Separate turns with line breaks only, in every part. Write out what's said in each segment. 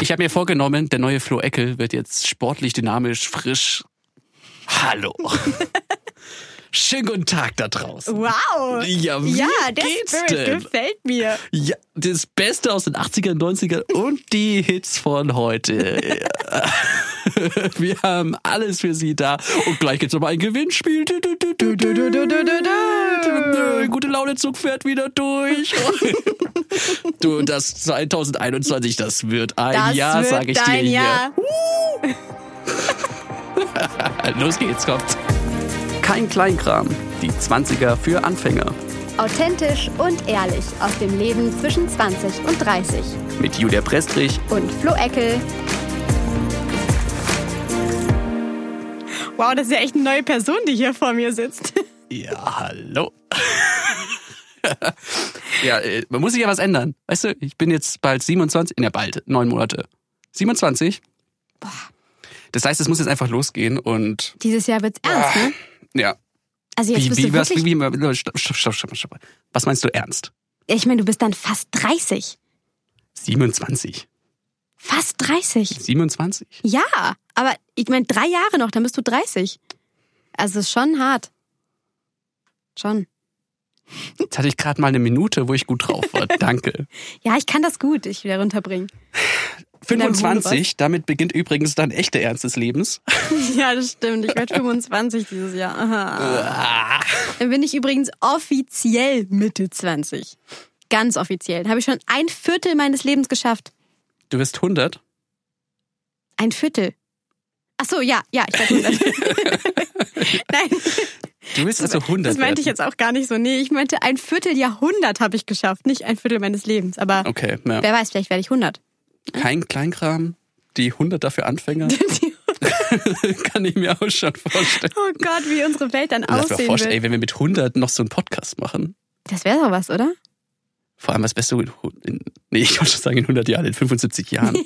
Ich habe mir vorgenommen, der neue Flo Eckel wird jetzt sportlich, dynamisch, frisch. Hallo. Schönen guten Tag da draußen.
Wow.
Ja, wie
Ja, der
geht's
Spirit
denn?
gefällt mir.
Ja, das Beste aus den 80ern, 90ern und die Hits von heute. Wir haben alles für Sie da. Und gleich gibt's nochmal ein Gewinnspiel. Du, du, du, du, du, du, du, du, du. Gute Laune Zug fährt wieder durch. Du, das 2021, das wird ein
Das
Jahr,
wird
sag ich dir.
dein
hier.
Jahr.
Los geht's, kommt. Kein Kleinkram. Die 20er für Anfänger.
Authentisch und ehrlich aus dem Leben zwischen 20 und 30.
Mit Julia Prestrich.
Und Flo Eckel. Wow, das ist ja echt eine neue Person, die hier vor mir sitzt.
Ja, hallo. ja, äh, man muss sich ja was ändern. Weißt du, ich bin jetzt bald 27, in der bald, neun Monate. 27. Das heißt, es muss jetzt einfach losgehen und
Dieses Jahr wird's ernst, ne?
ja.
Also jetzt
Ah, Wie,
bist
wie,
du
was, wie,
wirklich.
wie, stopp, stopp, stopp, stopp, stopp. Was meinst du ernst?
Ich meine, du bist dann fast 30.
27.
Fast 30.
27?
Ja, aber ich meine, drei Jahre noch, dann bist du 30. Also es ist schon hart. Schon.
Jetzt hatte ich gerade mal eine Minute, wo ich gut drauf war. Danke.
Ja, ich kann das gut, ich wieder runterbringen. In deinem Buch,
25, damit beginnt übrigens dann echter Ernst des Lebens.
Ja, das stimmt. Ich werde 25 dieses Jahr. Aha.
Ah.
Dann bin ich übrigens offiziell Mitte 20. Ganz offiziell. Dann habe ich schon ein Viertel meines Lebens geschafft.
Du wirst 100.
Ein Viertel. Ach so, ja, ja, ich werde 100. Nein,
Du wirst also 100.
das meinte ich
werden.
jetzt auch gar nicht so. Nee, ich meinte, ein Vierteljahrhundert habe ich geschafft. Nicht ein Viertel meines Lebens. Aber
Okay, ja.
wer weiß, vielleicht werde ich 100.
Kein Kleinkram, die 100 dafür Anfänger, kann ich mir auch schon vorstellen.
Oh Gott, wie unsere Welt dann
Lass mir
aussehen
vorstellen,
wird.
ey, wenn wir mit 100 noch so einen Podcast machen,
Das wäre doch was, oder?
vor allem was Beste in, in nee, ich wollte schon sagen in 100 Jahren, in 75 Jahren.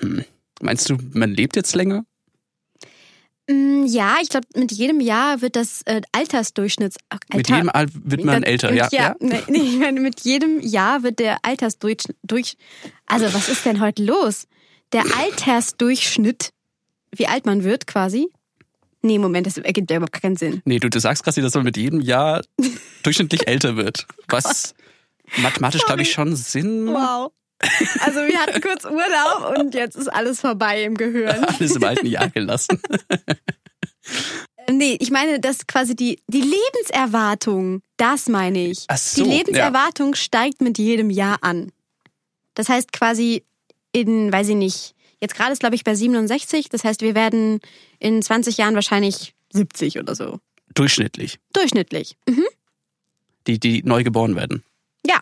hm. Meinst du, man lebt jetzt länger?
Mm, Ja, ich glaube, mit jedem Jahr wird das äh, Altersdurchschnitts... Ach,
Mit
Alter-
jedem Alter wird man
Das-
älter,
mit-
ja.
ja,
ja.
Nee, nee, ich meine, mit jedem Jahr wird der Altersdurchschnitt... Durch, also was ist denn heute los? Der Altersdurchschnitt, wie alt man wird quasi... Nee, Moment, das ergibt ja überhaupt gar keinen Sinn.
Nee, du, du sagst gerade, dass man mit jedem Jahr durchschnittlich älter wird. Was mathematisch, glaube ich, schon Sinn macht.
Wow. Also wir hatten kurz Urlaub und jetzt ist alles vorbei im Gehirn.
Alles im alten Jahr gelassen.
Nee, ich meine, dass quasi die, die Lebenserwartung, das meine ich.
Ach so,
die Lebenserwartung steigt mit jedem Jahr an. Das heißt quasi in, weiß ich nicht, jetzt gerade ist glaube ich bei 67, das heißt wir werden in 20 Jahren wahrscheinlich 70 oder so.
Durchschnittlich.
Durchschnittlich. Mhm.
Die, die neu geboren werden.
Ja.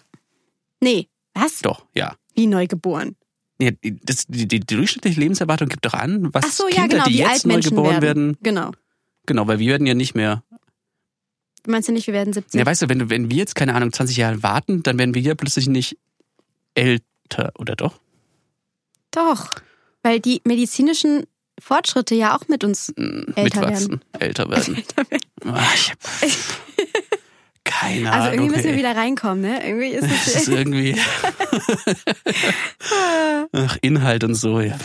Nee, was?
Doch, ja.
Wie neugeboren.
Ja, das, die, die die durchschnittliche Lebenserwartung gibt doch an, was
Ach so,
Kinder,
ja genau,
die
wie alt
jetzt neu
Menschen
geboren werden.
Genau.
Genau, weil wir werden ja nicht mehr.
Meinst du nicht, wir werden 70?
Ja, weißt du, wenn, du- wenn wir jetzt, keine Ahnung, 20 Jahre warten, dann werden wir ja plötzlich nicht älter, oder doch?
Doch. Weil die medizinischen Fortschritte ja auch mit uns
Hm,
Älter
mitwachsen, älter werden. Ah, ich hab keine
Also
Ahnung.
irgendwie müssen wir
ey.
wieder reinkommen, ne? Irgendwie ist
Es
es.
ist irgendwie. Ach, Inhalt und so, ja.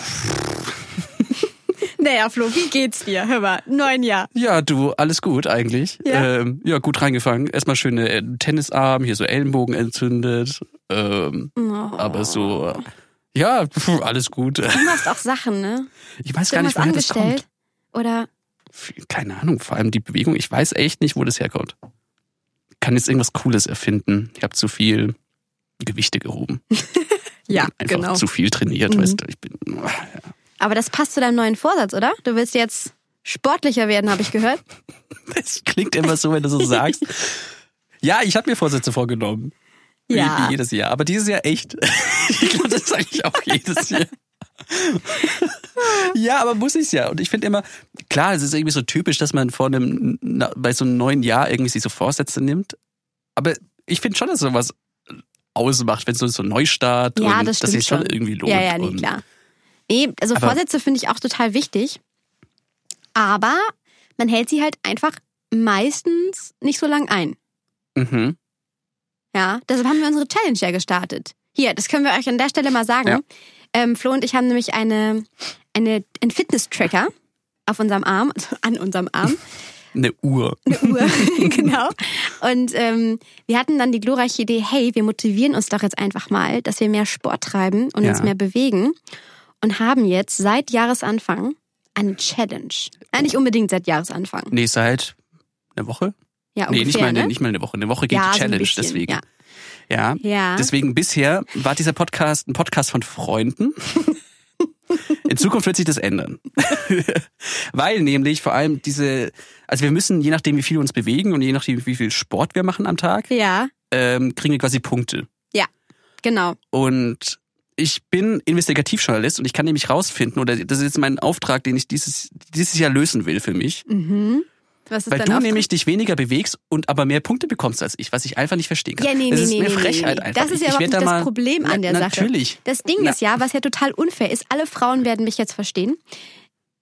naja, Flo, wie geht's dir? Hör mal, neun Jahre.
Ja, du, alles gut eigentlich.
Ja.
ähm, ja gut reingefangen. Erstmal schöne äh, Tennisarm, hier so Ellenbogen entzündet. Ähm, Aber so, äh, ja, pf, alles gut.
Du machst auch Sachen, ne?
Ich weiß
Hast du
gar nicht,
irgendwas
woher das
angestellt?
kommt.
Oder
Keine Ahnung, vor allem die Bewegung. Ich weiß echt nicht, wo das herkommt. Ich kann jetzt irgendwas Cooles erfinden. Ich habe zu viel Gewichte gehoben.
ja,
Einfach zu viel trainiert, weißt du. Ich bin,
Aber das passt zu deinem neuen Vorsatz, oder? Du willst jetzt sportlicher werden, habe ich gehört.
es klingt immer so, wenn du so sagst. Ja, ich habe mir Vorsätze vorgenommen. Wie- Wie jedes Jahr. Aber dieses Jahr echt. ich glaube, das sage ich auch jedes Jahr. ja, aber muss ich's ja. Und ich finde immer, klar, es ist irgendwie so typisch, dass man vor einem, na, bei so einem neuen Jahr irgendwie sich so Vorsätze nimmt. Aber ich finde schon, dass sowas ausmacht, wenn so so ein Neustart
Ja,
und
das
dass
stimmt
sich schon
schon.
irgendwie lohnt.
ja, ja, nee,
und
klar. Nee, also
Aber-
Vorsätze finde ich auch total wichtig. Aber man hält sie halt einfach meistens nicht so lang ein.
Mhm.
Ja, deshalb haben wir unsere Challenge ja gestartet. Hier, das können wir euch an der Stelle mal sagen.
Ja.
Ähm, Flo und ich haben nämlich eine, eine, einen Fitness-Tracker auf unserem Arm, also an unserem Arm,
Eine Uhr.
eine Uhr, genau. Und ähm, wir hatten dann die glorreiche Idee, hey, wir motivieren uns doch jetzt einfach mal, dass wir mehr Sport treiben und
Ja.
uns mehr bewegen und haben jetzt seit Jahresanfang eine Challenge. Nein, nicht unbedingt seit Jahresanfang.
Nee, seit einer Woche?
Ja,
nee,
ungefähr,
nicht, mal eine,
ne?
nicht mal eine Woche. Eine Woche geht
Ja,
die
so ein
Challenge,
bisschen,
deswegen.
ja.
Ja.
Ja.
Deswegen bisher war dieser Podcast ein Podcast von Freunden. In Zukunft wird sich das ändern. Weil nämlich vor allem diese, also wir müssen, je nachdem wie viel wir uns bewegen und je nachdem wie viel Sport wir machen am Tag,
ja,
ähm, kriegen wir quasi Punkte.
genau.
Und ich bin Investigativjournalist und ich kann nämlich rausfinden, oder das ist jetzt mein Auftrag, den ich dieses, dieses Jahr lösen will für mich.
Mhm. Was ist
Weil
dein
du
Auftrag?
nämlich dich weniger bewegst und aber mehr Punkte bekommst als ich, was ich einfach nicht verstehen kann.
Ja, nee,
das
nee,
ist
nee,
eine
nee, nee,
Frechheit
nee.
einfach.
Das ist
ich
ja
ich werd
überhaupt
da
nicht
mal,
das Problem an
Na-
der Sache.
natürlich.
Das Ding
Na-
ist ja, was ja total unfair ist, alle Frauen werden mich jetzt verstehen.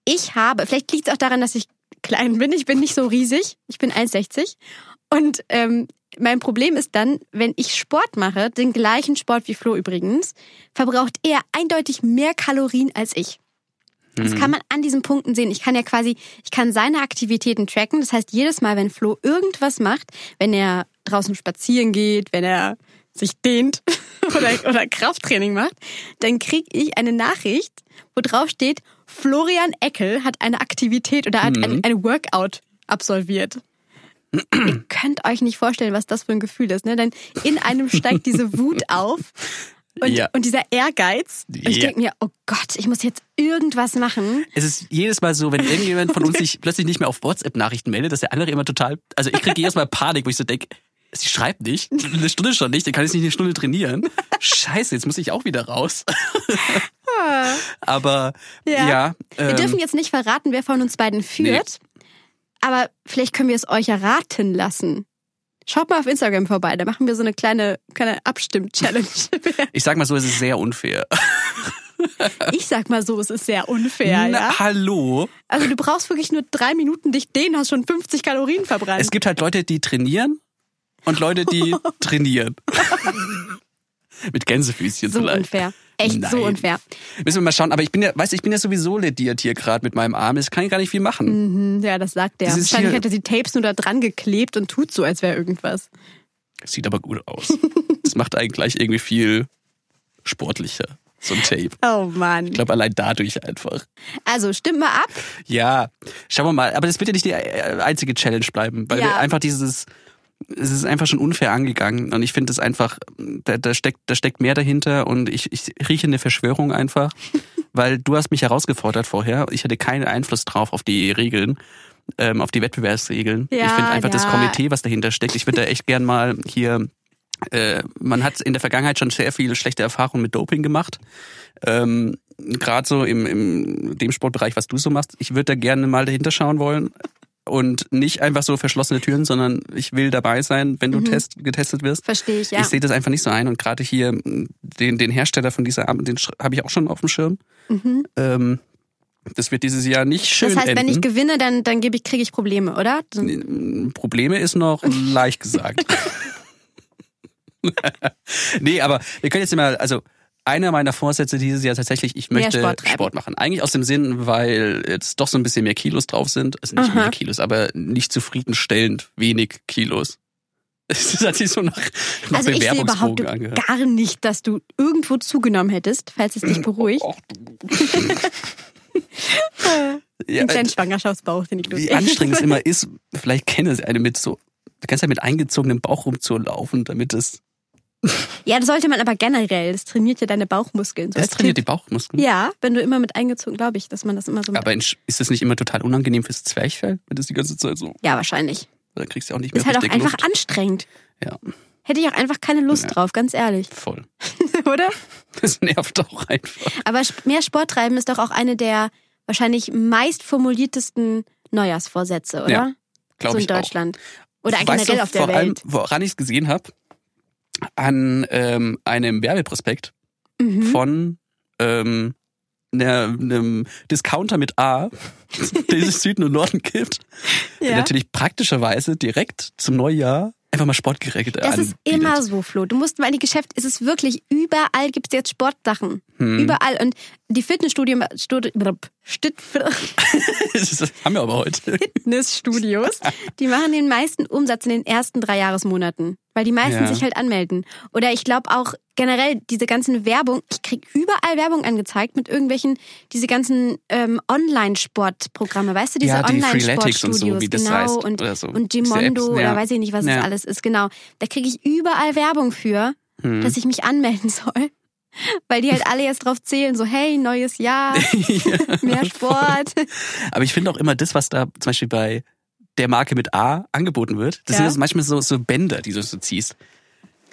Ich habe, vielleicht liegt es auch daran, dass ich klein bin, ich bin nicht so riesig, ich bin 1,60. Und ähm, mein Problem ist dann, wenn ich Sport mache, den gleichen Sport wie Flo übrigens, verbraucht er eindeutig mehr Kalorien als ich. Das kann man an diesen Punkten sehen. Ich kann ja quasi, ich kann seine Aktivitäten tracken. Das heißt, jedes Mal, wenn Flo irgendwas macht, wenn er draußen spazieren geht, wenn er sich dehnt oder, oder Krafttraining macht, dann kriege ich eine Nachricht, wo drauf steht, Florian Eckel hat eine Aktivität oder hat ein, eine Workout absolviert. Ihr könnt euch nicht vorstellen, was das für ein Gefühl ist. Ne? Denn in einem steigt diese Wut auf und,
Ja.
und dieser Ehrgeiz. Und ich
Ja.
denke mir, oh Gott, ich muss jetzt irgendwas machen.
Es ist jedes Mal so, wenn irgendjemand von uns sich plötzlich nicht mehr auf WhatsApp-Nachrichten meldet, dass der andere immer total. Also ich kriege jedes Mal Panik, wo ich so denke, sie schreibt nicht, eine Stunde schon nicht, dann kann ich nicht eine Stunde trainieren. Scheiße, jetzt muss ich auch wieder raus. Aber ja,
Ja. Wir
ähm,
dürfen jetzt nicht verraten, wer von uns beiden führt. Aber vielleicht können wir es euch erraten lassen. Schaut mal auf Instagram vorbei, da machen wir so eine kleine, kleine Abstimm-Challenge.
ich sag mal so, es ist sehr unfair.
ich sag mal so, es ist sehr unfair, ja.
Na, hallo.
Also du brauchst wirklich nur drei Minuten dich dehnen, hast schon 50 Kalorien verbrannt.
Es gibt halt Leute, die trainieren und Leute, die trainieren. Mit Gänsefüßchen
so
vielleicht.
unfair. Echt so
Nein.
unfair.
Müssen wir mal schauen. Aber ich bin ja, weißt du, ich bin ja sowieso lediert hier gerade mit meinem Arm. Ich kann ja gar nicht viel machen.
Mhm, ja, das sagt er.
Das ist
Wahrscheinlich
hier-
hat er die Tapes nur da dran geklebt und tut so, als wäre irgendwas.
Sieht aber gut aus. Das macht einen gleich irgendwie viel sportlicher, so ein Tape.
Oh Mann.
Ich glaube, allein dadurch einfach.
Also stimmt mal ab.
Ja, schauen wir mal. Aber das wird ja nicht die äh, einzige Challenge bleiben, weil
Ja.
wir einfach dieses, es ist einfach schon unfair angegangen. Und ich finde es einfach, da, da, steckt, da steckt mehr dahinter und ich, ich rieche eine Verschwörung einfach, weil du hast mich herausgefordert vorher. Ich hatte keinen Einfluss drauf auf die Regeln. Ähm, auf die Wettbewerbsregeln.
Ja,
ich finde einfach das
ja.
Komitee, was dahinter steckt. Ich würde da echt gern mal hier. Äh, man hat in der Vergangenheit schon sehr viele schlechte Erfahrungen mit Doping gemacht ähm, gerade so im, im dem Sportbereich, was du so machst, ich würde da gerne mal dahinter schauen wollen. Und nicht einfach so verschlossene Türen, sondern ich will dabei sein, wenn du test, getestet wirst.
Verstehe ich, Mhm. ja.
Ich sehe das einfach nicht so ein. Und gerade hier mh, den, den Hersteller von dieser Arm, den sch- habe ich auch schon auf dem Schirm. Ähm, das wird dieses Jahr nicht schön
Mhm. Das heißt, wenn ich
enden.
gewinne, dann, dann gebe ich, kriege ich Probleme, oder?
Probleme ist noch leicht gesagt. nee, aber wir können jetzt mal, also einer meiner Vorsätze dieses Jahr tatsächlich, ich
Mehr
möchte
Sport
Sport,
treiben.
machen. Eigentlich aus dem Sinn, weil jetzt doch so ein bisschen mehr Kilos drauf sind. Also nicht
Aha.
mehr Kilos, aber nicht zufriedenstellend wenig Kilos. Das hat sich so nach, nach
Also ich sehe überhaupt
Bewerbungsbogen angehört.
gar nicht, dass du irgendwo zugenommen hättest, falls es dich beruhigt.
Och, du-
Ein
Ja, äh,
kleinen Schwangerschaftsbauch, den ich
wie anstrengend es immer ist, vielleicht kenne es eine mit so, du kannst ja mit eingezogenem Bauch rumzulaufen, damit es,
Ja, das sollte man aber generell. Das trainiert ja deine Bauchmuskeln. So
das
als
trainiert die
Typ.
Bauchmuskeln.
Ja, wenn du immer mit eingezogen, glaube ich, dass man das immer so mit.
Aber in, ist das nicht immer total unangenehm fürs Zwerchfell, wenn das die ganze Zeit so,
ja, wahrscheinlich.
dann kriegst du auch nicht mehr
Ist halt auch
richtig
einfach
Luft.
anstrengend.
Ja,
Hätte ich auch einfach keine Lust
Ja.
drauf, ganz ehrlich.
voll.
Oder?
Das nervt auch einfach.
Aber sp- mehr Sport treiben ist doch auch eine der wahrscheinlich meist formuliertesten Neujahrsvorsätze, oder?
Ja, Glaube
so in
ich auch.
Deutschland. Oder
weißt
generell
du,
auf der
vor allem,
Welt.
woran ich es gesehen habe, an ähm, einem Werbeprospekt
Mhm.
von ähm, einer, einem Discounter mit A, den es Süden und Norden gibt, der
Ja.
natürlich praktischerweise direkt zum Neujahr einfach mal Sportgeräte
Das ist
anbietet.
immer so, Flo. Du musst mal in die Geschäfte. Es ist wirklich, überall gibt es jetzt Sportsachen.
Hm.
Überall. Und die Fitnessstudio, Studi- blub, Stit-
das haben wir aber heute.
Fitnessstudios, die machen den meisten Umsatz in den ersten drei Jahresmonaten. Weil die meisten
Ja.
sich halt anmelden. Oder ich glaube auch generell diese ganzen Werbung. Ich krieg überall Werbung angezeigt mit irgendwelchen, diese ganzen ähm, Online-Sportprogramme. Weißt du, diese
Ja, die Freeletics
Online-Sportstudios.
und so, wie das
genau.
heißt
und,
oder so.
und
Diese
Gimondo
Apps,
oder
ja.
weiß ich nicht, was
Ja.
es alles ist. Genau. Da krieg ich überall Werbung für,
Hm.
dass ich mich anmelden soll. Weil die halt alle jetzt drauf zählen, so hey, neues Jahr, mehr Sport.
Aber ich finde auch immer das, was da zum Beispiel bei der Marke mit A angeboten wird, das
Ja.
sind so manchmal so, so Bänder, die du so ziehst.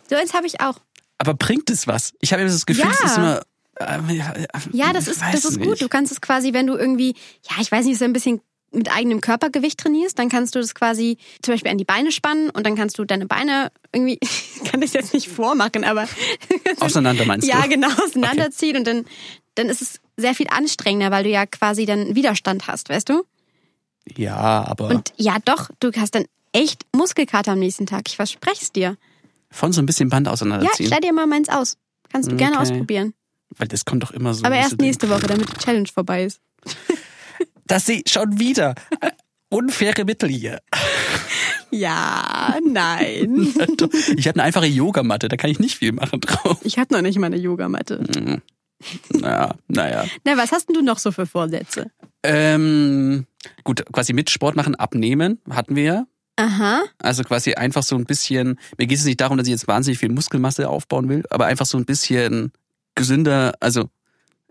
So eins habe ich auch.
Aber bringt es was? Ich habe immer so das Gefühl,
Ja.
das ist immer. ähm, ja, äh,
Ja, das
ich
ist,
weiß
das ist
nicht.
gut. Du kannst es quasi, wenn du irgendwie, ja, ich weiß nicht, so ein bisschen mit eigenem Körpergewicht trainierst, dann kannst du das quasi zum Beispiel an die Beine spannen und dann kannst du deine Beine irgendwie, ich kann das jetzt nicht vormachen, aber
Auseinander meinst
ja,
du?
genau, auseinanderziehen und dann, dann ist es sehr viel anstrengender, weil du ja quasi dann Widerstand hast, weißt du?
Ja, aber
Und ja, doch, du hast dann echt Muskelkater am nächsten Tag. Ich verspreche es dir.
von so ein bisschen Band
Ja,
auseinanderziehen.
ich leih dir mal meins aus. Kannst du gerne
Okay.
ausprobieren.
weil das kommt doch immer so.
Aber
dass
erst
du denkst,
nächste Woche, damit die Challenge vorbei ist.
Dass sie schon wieder. äh, Unfaire Mittel hier.
Ja, nein.
Ich habe eine einfache Yogamatte, da kann ich nicht viel machen drauf.
Ich habe noch nicht mal eine Yogamatte.
Hm. Naja, naja.
Na, was hast denn du noch so für Vorsätze?
Ähm, gut, quasi mit Sport machen, abnehmen, hatten wir ja.
Aha.
Also quasi einfach so ein bisschen, mir geht es nicht darum, dass ich jetzt wahnsinnig viel Muskelmasse aufbauen will, aber einfach so ein bisschen gesünder, also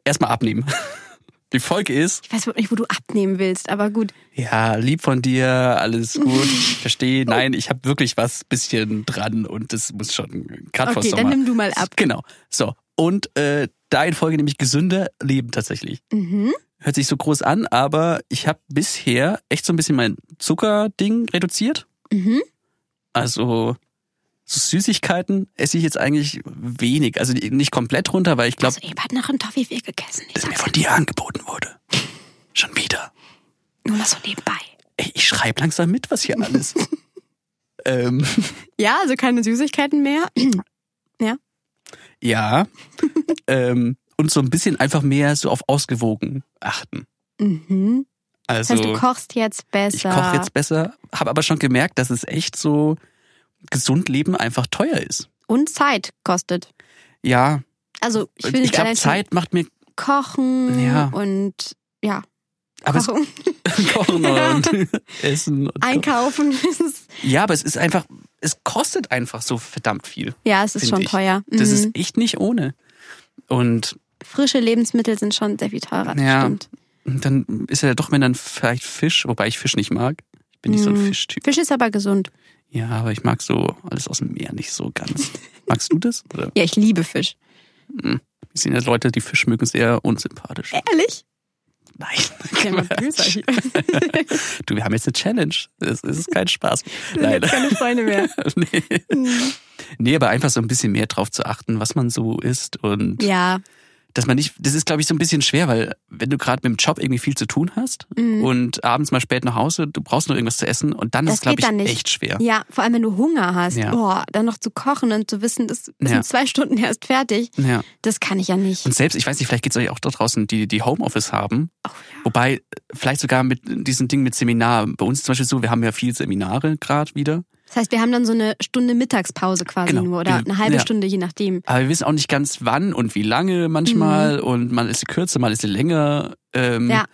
erstmal abnehmen. Die Folge ist,
Ich weiß überhaupt nicht, wo du abnehmen willst, aber gut.
ja, lieb von dir, alles gut, ich verstehe, nein, ich habe wirklich was bisschen dran und das muss schon gerade vor
Okay,
Sommer.
dann nimm du mal ab.
Genau, so. Und äh, da in Folge nämlich gesünder leben tatsächlich.
Mhm.
Hört sich so groß an, aber ich habe bisher echt so ein bisschen mein Zuckerding reduziert.
Mhm.
Also so Süßigkeiten esse ich jetzt eigentlich wenig. Also nicht komplett runter, weil ich glaube,
Also, ich habe noch einen Toffee viel gegessen. Ich
dass mir
sag's
von dir angeboten wurde. Schon wieder.
nur mal so nebenbei.
Ey, ich schreibe langsam mit, was hier alles. ähm,
Ja, also keine Süßigkeiten mehr.
ja. ähm, und so ein bisschen einfach mehr so auf ausgewogen achten.
Mhm. Das
Also
heißt, du kochst jetzt besser.
ich koche jetzt besser, habe aber schon gemerkt, dass es echt so gesund leben einfach teuer ist.
Und Zeit kostet.
Ja,
Also, ich will
ich
nicht
glaube,
allein schon
Zeit macht mir
kochen
Ja.
und ja,
aber es,
kochen,
Kochen und Essen. Und
einkaufen. Es ist-
Ja, aber es ist einfach, es kostet einfach so verdammt viel.
ja, es ist
Find
schon
ich.
teuer. Mhm.
Das ist echt nicht ohne. Und
Frische Lebensmittel sind schon sehr viel teurer. das
Ja.
Stimmt.
dann ist ja doch, wenn dann vielleicht Fisch, wobei ich Fisch nicht mag. Ich bin nicht so ein
Mhm.
Fischtyp.
Fisch ist aber gesund.
Ja, aber ich mag so alles aus dem Meer nicht so ganz. Magst du das? Oder
Ja, ich liebe Fisch.
sind ja Leute, die Fisch mögen, sehr unsympathisch.
Äh, Ehrlich?
Nein.
Ja, mal böse hier.
Du, wir haben jetzt eine Challenge. Es ist kein Spaß.
sind jetzt
Nein.
keine Freunde mehr.
Nee. nee, aber einfach so ein bisschen mehr drauf zu achten, was man so isst und
Ja,
dass man nicht, das ist glaube ich so ein bisschen schwer, weil wenn du gerade mit dem Job irgendwie viel zu tun hast und abends mal spät nach Hause, du brauchst noch irgendwas zu essen und dann
Mhm. Das
ist glaube
geht
ich
dann nicht.
echt schwer.
ja, vor allem wenn du Hunger hast,
Ja.
boah, dann noch zu kochen und zu wissen, das ist
Ja.
in zwei Stunden erst fertig,
Ja.
das kann ich ja nicht.
Und selbst, ich weiß nicht, vielleicht geht's euch auch da draußen, die die Homeoffice haben.
Oh, ja.
Wobei, vielleicht sogar mit diesem Ding mit Seminar. Bei uns zum Beispiel so, wir haben ja viel Seminare gerade wieder.
Das heißt, wir haben dann so eine Stunde Mittagspause quasi
Genau.
nur oder
Ja.
eine halbe
Ja.
Stunde, je nachdem.
Aber wir wissen auch nicht ganz wann und wie lange manchmal und man ist sie kürzer, mal ist sie länger. Ähm,
Mhm. Ja,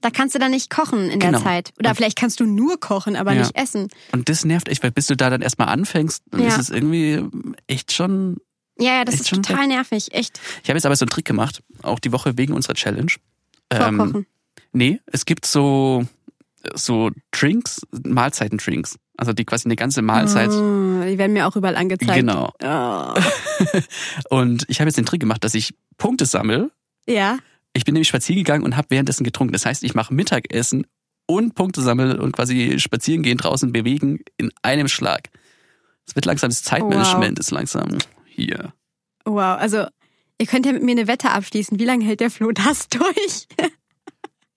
da kannst du dann nicht kochen in
Genau.
der Zeit. Oder vielleicht kannst du nur kochen, aber
Ja.
nicht essen.
Und das nervt echt, weil bis du da dann erstmal anfängst, dann
Ja.
ist es irgendwie echt schon.
Ja, ja, das
Ist
ist
schon
total nervig, echt.
Ich habe jetzt aber so einen Trick gemacht, auch die Woche wegen unserer Challenge. Ähm,
Vorkochen.
nee, es gibt so, so Drinks, Mahlzeiten-Drinks. Also die quasi eine ganze Mahlzeit.
Oh, die werden mir auch überall angezeigt.
Genau.
Oh.
Und ich habe jetzt den Trick gemacht, dass ich Punkte sammle.
Ja.
Ich bin nämlich spazieren gegangen und habe währenddessen getrunken. Das heißt, ich mache Mittagessen und Punkte sammeln und quasi spazieren gehen, draußen bewegen in einem Schlag. Es wird langsam, das Zeitmanagement ist langsam hier.
Wow, also ihr könnt ja mit mir eine Wette abschließen. Wie lange hält der Flo das durch?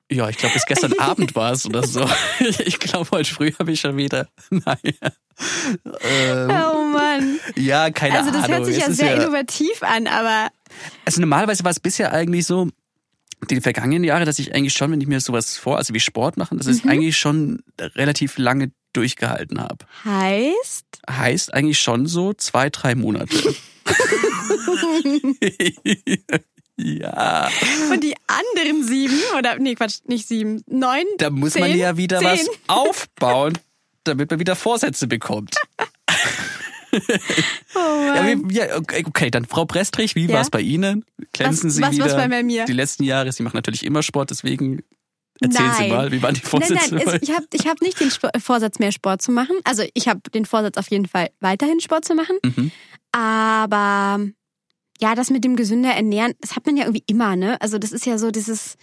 Ja, ich glaube, bis gestern Abend war es oder so. Ich glaube, heute früh habe ich schon wieder. Naja. Ähm,
Oh Mann.
ja, keine
Also das
Ahnung.
hört sich ja
Es ist
sehr innovativ an, aber
Also normalerweise war es bisher eigentlich so, die vergangenen Jahre, dass ich eigentlich schon, wenn ich mir sowas vor, also wie Sport machen, dass ich eigentlich schon relativ lange durchgehalten habe.
heißt,
Heißt eigentlich schon so zwei, drei Monate. ja.
und die anderen sieben, oder nee, Quatsch, nicht sieben, neun,
Da muss man
Zehn?
ja wieder was
Zehn.
aufbauen, damit man wieder Vorsätze bekommt.
oh
Ja,
Mann.
wie, ja, okay, okay, dann Frau Prestrich, wie
Ja.
war es bei Ihnen? Glänzen
Was-
Sie
was
wieder?
war's bei mir?
Die letzten Jahre, Sie machen natürlich immer Sport, deswegen erzählen Sie
Nein.
mal, wie waren die Vorsätze?
Nein, nein,
bei
es, ich habe ich hab nicht den Sp äh, Vorsatz, mehr Sport zu machen. Also ich habe den Vorsatz auf jeden Fall, weiterhin Sport zu machen.
Mhm.
Aber ja, das mit dem gesünder Ernähren, das hat man ja irgendwie immer, ne? Also das ist ja so dieses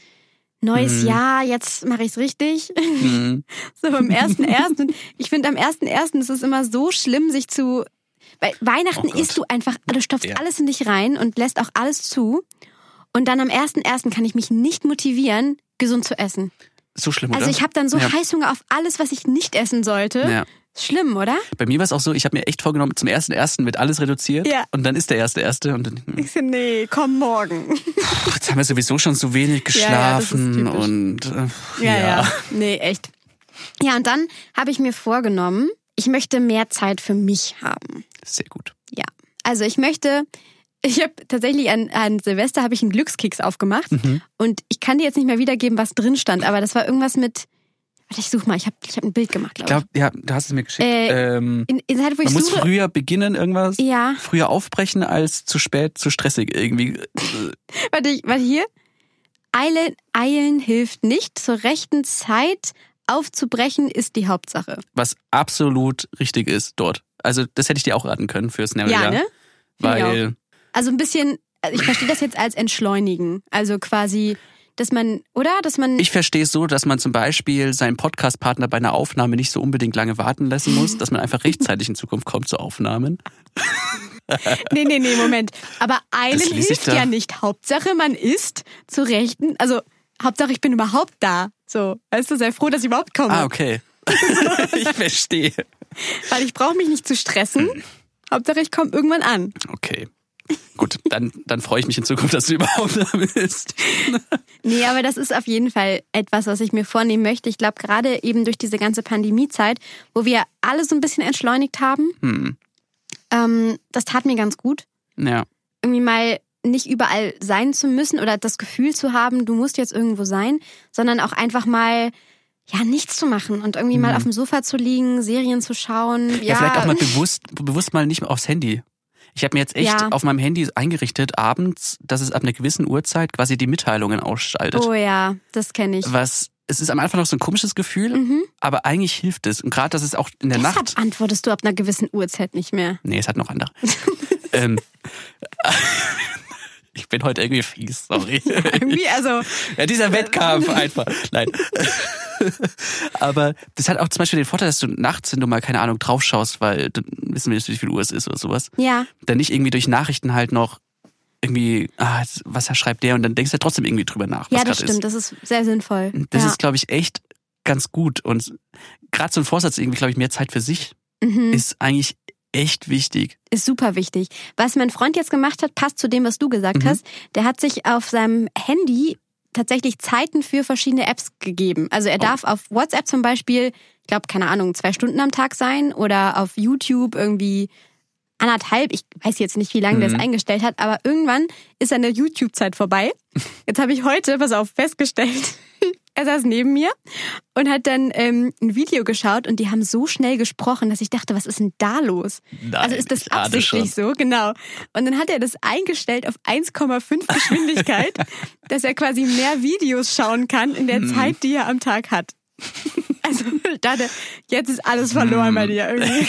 neues
Mhm.
Jahr, jetzt mache ich's richtig.
Mhm.
So am 1.1. Und ich finde, am 1.1. ist es immer so schlimm, sich zu. Bei Weihnachten
Oh Gott.
isst du einfach, also, du stopfst
Ja.
alles in dich rein und lässt auch alles zu. Und dann am 1.1. kann ich mich nicht motivieren, gesund zu essen.
So schlimm, oder?
Also ich habe dann so
Ja.
Heißhunger auf alles, was ich nicht essen sollte.
Ja.
Schlimm, oder?
Bei mir war es auch so, ich habe mir echt vorgenommen, zum ersten ersten wird alles reduziert
Ja.
und dann ist der erste erste und dann hm.
Ich so, nee, komm morgen.
ach, jetzt haben wir sowieso schon so wenig
Ja, ja, das ist
geschlafen
typisch.
und äh,
Ja, ja. Nee, echt. Ja, und dann habe ich mir vorgenommen, ich möchte mehr Zeit für mich haben.
sehr gut.
Ja. Also ich möchte, ich habe tatsächlich an, an Silvester habe ich einen Glückskeks aufgemacht und ich kann dir jetzt nicht mehr wiedergeben, was drin stand, aber das war irgendwas mit. Warte, ich suche mal. Ich habe ich hab ein Bild gemacht,
Ich
glaube ich.
glaube, ja, du hast es mir geschickt.
Äh,
ähm,
In, in der Zeit, wo ich
man muss
suche.
früher beginnen irgendwas.
Ja,
Früher aufbrechen als zu spät, zu stressig irgendwie. äh,
warte, ich- warte hier. Eilen, Eilen hilft nicht. Zur rechten Zeit aufzubrechen ist die Hauptsache.
was absolut richtig ist dort. Also das hätte ich dir auch raten können fürs Never
Ja,
Jahr,
ne?
Weil
Also ein bisschen, also ich verstehe das jetzt als entschleunigen. Also quasi, dass man, oder? Dass man.
ich verstehe es so, dass man zum Beispiel seinen Podcast-Partner bei einer Aufnahme nicht so unbedingt lange warten lassen muss, dass man einfach rechtzeitig in Zukunft kommt zu Aufnahmen.
Nee, nee, nee, Moment. Aber eilen
Das ließ ich
hilft
da.
ja nicht. Hauptsache, man ist zu Rechten. Also, Hauptsache, ich bin überhaupt da. So, weißt du, sei froh, dass ich überhaupt komme.
Ah, okay. ich verstehe.
Weil ich brauche mich nicht zu stressen.
Hm.
Hauptsache, ich komme irgendwann an.
Okay. Gut, dann, dann freue ich mich in Zukunft, dass du überhaupt da bist.
Nee, aber das ist auf jeden Fall etwas, was ich mir vornehmen möchte. Ich glaube, gerade eben durch diese ganze Pandemiezeit, wo wir alle so ein bisschen entschleunigt haben,
Hm.
ähm, das tat mir ganz gut.
Ja.
irgendwie mal nicht überall sein zu müssen oder das Gefühl zu haben, du musst jetzt irgendwo sein, sondern auch einfach mal ja nichts zu machen und irgendwie mal auf dem Sofa zu liegen, Serien zu schauen. Ja,
Mhm. Ja, vielleicht auch mal bewusst, bewusst mal nicht mehr aufs Handy. Ich habe mir jetzt echt
Ja.
auf meinem Handy eingerichtet, abends, dass es ab einer gewissen Uhrzeit quasi die Mitteilungen ausschaltet.
Oh ja, das kenne ich.
Was, es ist am Anfang noch so ein komisches Gefühl,
Mhm.
aber eigentlich hilft es. Und gerade, dass es auch in der
Deshalb
Nacht.
antwortest du ab einer gewissen Uhrzeit nicht mehr.
Nee, es hat noch andere. ähm, ich bin heute irgendwie fies, sorry.
Irgendwie, also
Ja, dieser Wettkampf einfach. Nein. Aber das hat auch zum Beispiel den Vorteil, dass du nachts, wenn du mal, keine Ahnung, draufschaust, weil dann wissen wir nicht, wie viel Uhr es ist oder sowas,
ja,
dann nicht irgendwie durch Nachrichten halt noch irgendwie, ah, jetzt- was schreibt der? Und dann denkst du ja trotzdem irgendwie drüber nach, was
ja, das
gerade
stimmt,
ist.
das ist sehr sinnvoll.
Das
ja.
ist, glaube ich, echt ganz gut. Und gerade so ein Vorsatz, irgendwie, glaube ich, mehr Zeit für sich
mhm. ist,
ist eigentlich echt wichtig.
super wichtig. Was mein Freund jetzt gemacht hat, passt zu dem, was du gesagt
Mhm.
hast. Der hat sich auf seinem Handy tatsächlich Zeiten für verschiedene Apps gegeben. Also er
Oh.
darf auf WhatsApp zum Beispiel, ich glaube, keine Ahnung, zwei Stunden am Tag sein oder auf YouTube irgendwie anderthalb. Ich weiß jetzt nicht, wie lange der es
Mhm.
eingestellt hat, aber irgendwann ist seine YouTube-Zeit vorbei. Jetzt habe ich heute, pass auf, festgestellt, er saß neben mir und hat dann ähm, ein Video geschaut und die haben so schnell gesprochen, dass ich dachte, was ist denn da los?
Nein,
also ist das
ich ahne
absichtlich so, genau. Und dann hat er das eingestellt auf 1,5 Geschwindigkeit, dass er quasi mehr Videos schauen kann
Hm.
in der Zeit, die er am Tag hat. Also da hat er- jetzt ist alles verloren
Hm.
bei dir irgendwie.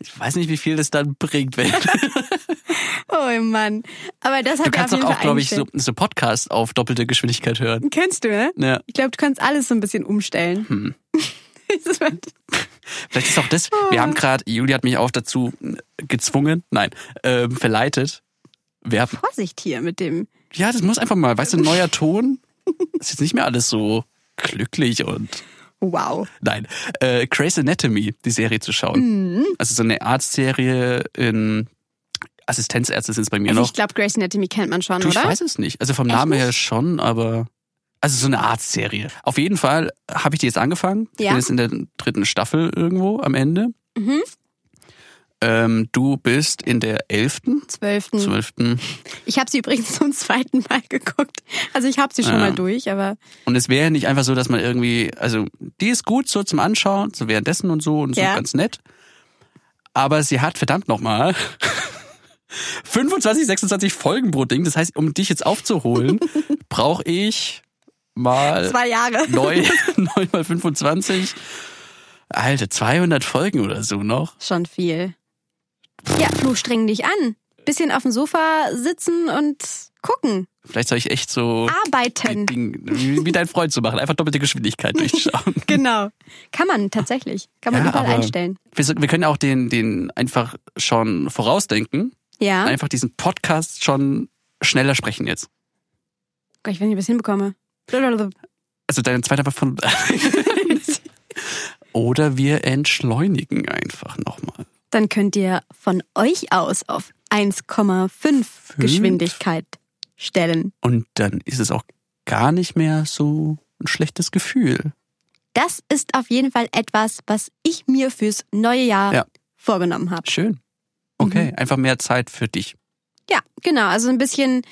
Ich weiß nicht, wie viel das dann bringt, wenn
Oh Mann. Aber das hat
du
er auf
kannst
jeden
doch
Fall
auch, glaube ich, so,
eingestellt.
so Podcasts auf doppelte Geschwindigkeit hören.
Kennst du, ne?
Ja.
Ich glaube, du kannst alles so ein bisschen umstellen.
Hm.
Das war-
Vielleicht ist auch das, wir
Ah.
haben gerade, Julia hat mich auch dazu äh, gezwungen, nein, ähm, verleitet. Wir haben,
Vorsicht hier mit dem.
ja, das muss einfach mal, weißt du, neuer Ton. Ist jetzt nicht mehr alles so glücklich und
Wow.
Nein, äh, Grey's Anatomy, die Serie zu schauen.
Mhm.
Also so eine Arztserie in Assistenzärzte sind es bei mir
Also
noch.
ich glaube, Grace Anatomy kennt man schon,
Du, ich
oder?
weiß es nicht. Also vom
Echt
Namen her
nicht?
schon, aber also so eine Arztserie. Auf jeden Fall habe ich die jetzt angefangen. Ich
Ja.
bin jetzt in der dritten Staffel irgendwo am Ende.
Mhm.
Ähm, du bist in der elften,
Zwölften.
zwölften.
Ich habe sie übrigens zum zweiten Mal geguckt. Also ich habe sie schon
Ja.
mal durch, aber
Und es wäre nicht einfach so, dass man irgendwie, also die ist gut so zum Anschauen, so währenddessen und so und so
Ja.
ganz nett. Aber sie hat verdammt nochmal 25, 26 Folgen pro Ding. Das heißt, um dich jetzt aufzuholen, brauche ich mal
zwei Jahre.
neun, neun mal 25. Alter, 200 Folgen oder so noch.
Schon viel. Ja, Flo, streng dich an. Bisschen auf dem Sofa sitzen und gucken,
Vielleicht soll ich echt so die
arbeiten.
Ding, wie wie dein Freund zu machen, einfach doppelte Geschwindigkeit durchschauen.
Genau. Kann man tatsächlich. Kann man
Ja,
überall
aber-
einstellen.
Wir, so- wir können auch den, den einfach schon vorausdenken.
Ja.
Einfach diesen Podcast schon schneller sprechen jetzt.
Oh Gott, ich weiß nicht, ob ich das hinbekomme. Blablabla.
Also deine zweite Wahl von. Oder wir entschleunigen einfach nochmal.
Dann könnt ihr von euch aus auf 1,5 Geschwindigkeit stellen.
Und dann ist es auch gar nicht mehr so ein schlechtes Gefühl.
Das ist auf jeden Fall etwas, was ich mir fürs neue Jahr
Ja.
vorgenommen habe.
Schön. Okay, einfach mehr Zeit für dich.
Ja, genau. Also ein bisschen,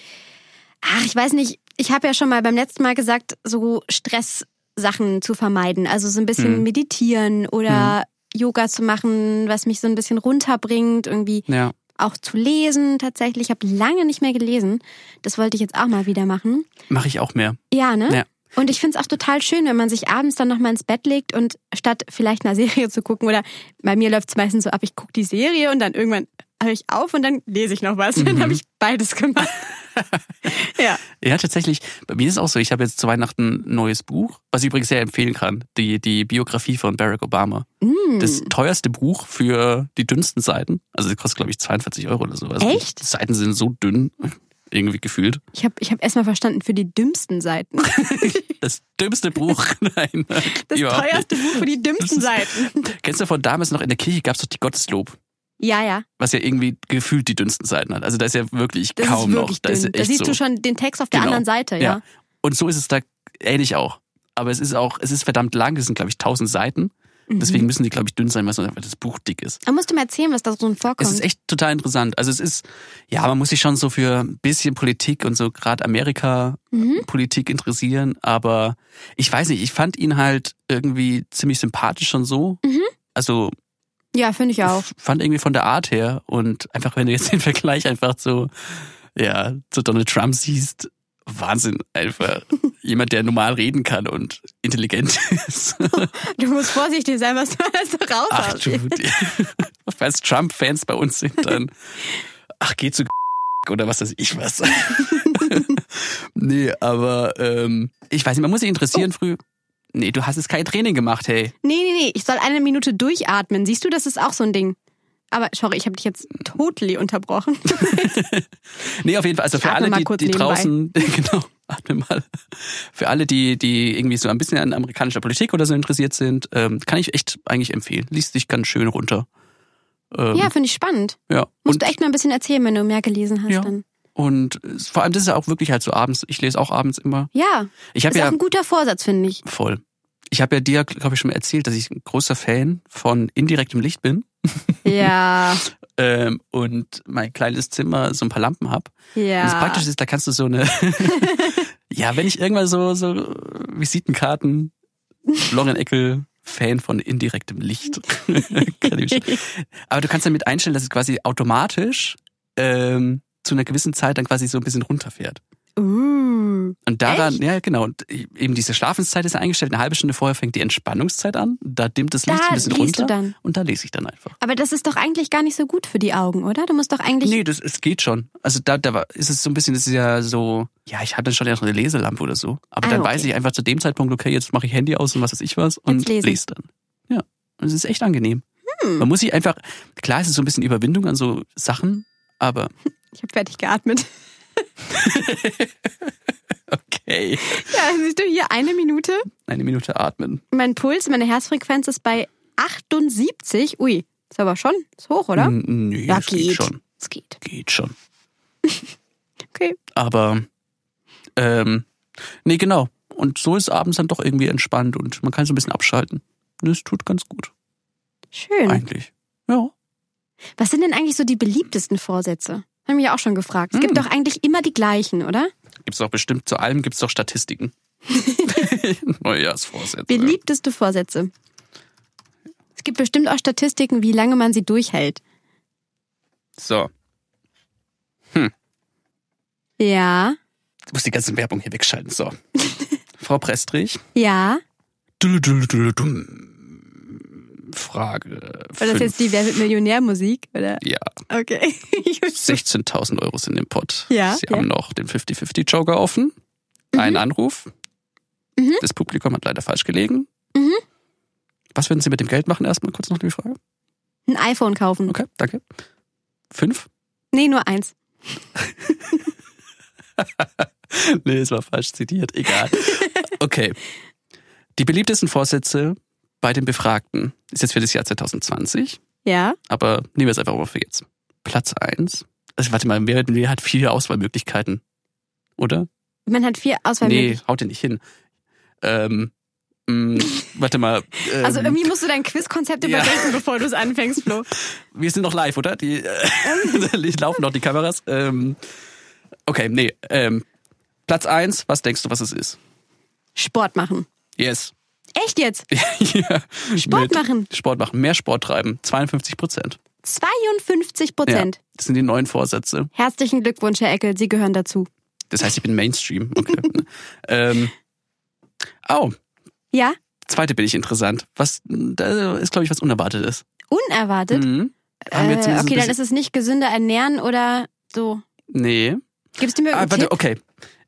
ach, ich weiß nicht, ich habe ja schon mal beim letzten Mal gesagt, so Stresssachen zu vermeiden. Also so ein bisschen
Mhm.
meditieren oder Yoga zu machen, was mich so ein bisschen runterbringt, irgendwie
Ja.
auch zu lesen tatsächlich. Ich habe lange nicht mehr gelesen. Das wollte ich jetzt auch mal wieder machen.
Mache ich auch mehr.
Ja, ne?
Ja.
Und ich finde es auch total schön, wenn man sich abends dann nochmal ins Bett legt und statt vielleicht einer Serie zu gucken oder bei mir läuft es meistens so ab, ich gucke die Serie und dann irgendwann höre ich auf und dann lese ich noch was. Dann habe ich beides gemacht. ja.
Ja, tatsächlich. Bei mir ist es auch so, ich habe jetzt zu Weihnachten ein neues Buch, was ich übrigens sehr empfehlen kann. Die, die Biografie von Barack Obama.
Mm.
Das teuerste Buch für die dünnsten Seiten. Also, das kostet, glaube ich, 42 Euro oder sowas.
Echt?
Die Seiten sind so dünn, irgendwie gefühlt.
Ich habe ich hab erstmal verstanden, für die dümmsten Seiten.
Das dümmste Buch. Nein.
Das
überhaupt nicht.
teuerste Buch für die dümmsten Seiten.
Kennst du von damals noch in der Kirche gab es doch die Gotteslob,
Ja, ja.
was ja irgendwie gefühlt die dünnsten Seiten hat. Also da ist ja wirklich
Das
kaum
ist wirklich
noch. Da ist ja
dünn. Da
echt
siehst
so.
du schon den Text auf der
Genau.
anderen Seite, ja.
Ja. Und so ist es da ähnlich auch. Aber es ist auch, es ist verdammt lang, es sind, glaube ich, 1000 Seiten.
Mhm.
Deswegen müssen die, glaube ich, dünn sein, weil sonst einfach das Buch dick ist.
Da musst du mir erzählen, was da so vorkommt.
Es ist echt total interessant. Also es ist, ja, man muss sich schon so für ein bisschen Politik und so gerade
Mhm.
Amerika-Politik interessieren, aber ich weiß nicht, ich fand ihn halt irgendwie ziemlich sympathisch und so.
Mhm.
Also
ja, finde ich auch.
ich fand irgendwie von der Art her und einfach, wenn du jetzt den Vergleich einfach zu, ja, zu Donald Trump siehst, Wahnsinn, einfach jemand, der normal reden kann und intelligent ist.
Du musst vorsichtig sein, was du alles so
Ach
raushaust.
du, die- falls Trump-Fans bei uns sind, dann ach, geh zu oder was weiß ich was. nee, aber ähm, ich weiß nicht, man muss sich interessieren früh. Nee, du hast jetzt kein Training gemacht, hey.
Nee, nee, nee, ich soll eine Minute durchatmen. Siehst du, das ist auch so ein Ding. Aber sorry, ich habe dich jetzt totally unterbrochen.
Nee, auf jeden Fall. Also
Ich
für
atme
alle,
mal
die,
kurz
die
nebenbei.
draußen, genau, atme mal. Für alle, die, die irgendwie so ein bisschen an amerikanischer Politik oder so interessiert sind, ähm, kann ich echt eigentlich empfehlen. Liest dich ganz schön runter. Ähm,
ja, finde ich spannend.
ja.
Musst
Und,
du echt mal ein bisschen erzählen, wenn du mehr gelesen hast
Ja.
dann.
und es- vor allem, das ist ja auch wirklich halt so abends. Ich lese auch abends immer.
Ja,
Ich habe
ist auch
ja
ein guter Vorsatz, finde ich.
voll. Ich habe ja dir, glaube ich, schon mal erzählt, dass ich ein großer Fan von indirektem Licht bin
Ja,
ähm, und mein kleines Zimmer so ein paar Lampen hab. Und das
ja.
Praktische ist, da kannst du so eine. ja, wenn ich irgendwann so, so Visitenkarten, Lauren Eckel, Fan von indirektem Licht. Kann ich schon. Aber du kannst damit einstellen, dass es quasi automatisch ähm, zu einer gewissen Zeit dann quasi so ein bisschen runterfährt.
Uh,
Und daran,
Echt?
ja genau, und eben diese Schlafenszeit ist ja eingestellt, eine halbe Stunde vorher fängt die Entspannungszeit an, da dimmt das
da
Licht ein bisschen
liest
runter
du dann.
und da lese ich dann einfach.
Aber das ist doch eigentlich gar nicht so gut für die Augen, oder? Du musst doch eigentlich.
nee, das es geht schon. Also da, da war, ist es so ein bisschen, das ist ja so, ja, ich hatte dann schon ja noch eine Leselampe oder so. Aber
Ah,
dann
okay.
weiß ich einfach zu dem Zeitpunkt, okay, jetzt mache ich Handy aus und was weiß ich was und
Jetzt Hm. lesen.
lese dann. Ja. Und es ist echt angenehm. Man muss sich einfach, klar, es ist so ein bisschen Überwindung an so Sachen, aber
Ich habe fertig geatmet.
Okay.
Ja, siehst du hier eine Minute.
Eine Minute atmen.
Mein Puls, meine Herzfrequenz ist bei 78. Ui, ist aber schon, ist hoch, oder?
N- Nee,
Hm, ja,
das Hm, geht schon.
Es geht.
Geht schon.
Okay.
Aber, ähm, nee, genau. Und so ist abends dann doch irgendwie entspannt und man kann so ein bisschen abschalten. Und es tut ganz gut,
Schön.
eigentlich. Ja.
Was sind denn eigentlich so die beliebtesten Vorsätze? Haben wir ja auch schon gefragt. Es gibt
Hm.
doch eigentlich immer die gleichen, oder?
Gibt's doch bestimmt, zu allem gibt's doch Statistiken. Neujahrsvorsätze.
Beliebteste Vorsätze. Es gibt bestimmt auch Statistiken, wie lange man sie durchhält.
So.
Ja,
Du musst die ganze Werbung hier wegschalten. So. Frau Prestrich.
ja.
Duluduluduludum. Frage.
War das jetzt die Wer wird Millionär-Musik? Oder?
Ja,
Okay.
16.000 Euro sind im Pott.
Ja,
Sie
ja.
haben noch den 50-50-Joker offen. Ein Anruf.
Mhm.
Das Publikum hat leider falsch gelegen.
Mhm.
Was würden Sie mit dem Geld machen? Erstmal kurz noch die Frage.
Ein iPhone kaufen.
Okay, danke. Fünf?
Nee, nur eins.
Nee, es war falsch zitiert. Egal. Okay. Die beliebtesten Vorsätze bei den Befragten ist jetzt für das Jahr 2020,
Ja.
aber nehmen wir es einfach mal für jetzt. Platz eins. Also warte mal, wer, wer hat vier Auswahlmöglichkeiten? Oder?
Man hat vier Auswahlmöglichkeiten.
Nee, haut ihr nicht hin. Ähm, mh, warte mal. Ähm,
Also irgendwie musst du dein Quizkonzept
ja.
überdenken, bevor du es anfängst, Flo.
wir sind noch live, oder? Die äh, laufen noch die Kameras. Ähm, okay, nee. Ähm, Platz eins. was denkst du, was es ist?
Sport machen.
Yes.
Echt jetzt?
ja.
Sport machen.
Sport machen, mehr Sport treiben. 52 Prozent.
52 Prozent.
Ja, das sind die neuen Vorsätze.
Herzlichen Glückwunsch, Herr Eckel. Sie gehören dazu.
Das heißt, ich bin Mainstream. Okay. ähm, oh,
Ja?
zweite bin ich interessant. Was, da ist, glaube ich, was Unerwartetes.
Unerwartet.
Mhm. Haben wir
Äh,
zumindest ein
okay, dann
bisschen-
ist es nicht gesünder ernähren oder so.
Nee.
Gibst du mir
Ah,
einen
warte,
Äh, Tipp?
okay.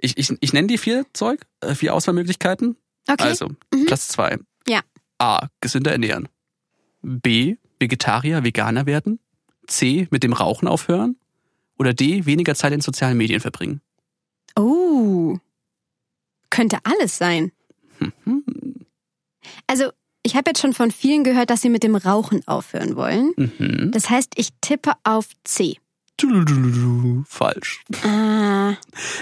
Ich, ich, ich nenne die vier Zeug, äh, vier Auswahlmöglichkeiten.
Okay.
Also, Platz zwei.
Ja.
A. Gesünder ernähren. B. Vegetarier, Veganer werden. C. Mit dem Rauchen aufhören. Oder D. Weniger Zeit in sozialen Medien verbringen.
Oh. Könnte alles sein. Also, ich habe jetzt schon von vielen gehört, dass sie mit dem Rauchen aufhören wollen.
Mhm.
Das heißt, ich tippe auf C.
Tududududu. Falsch.
Ah.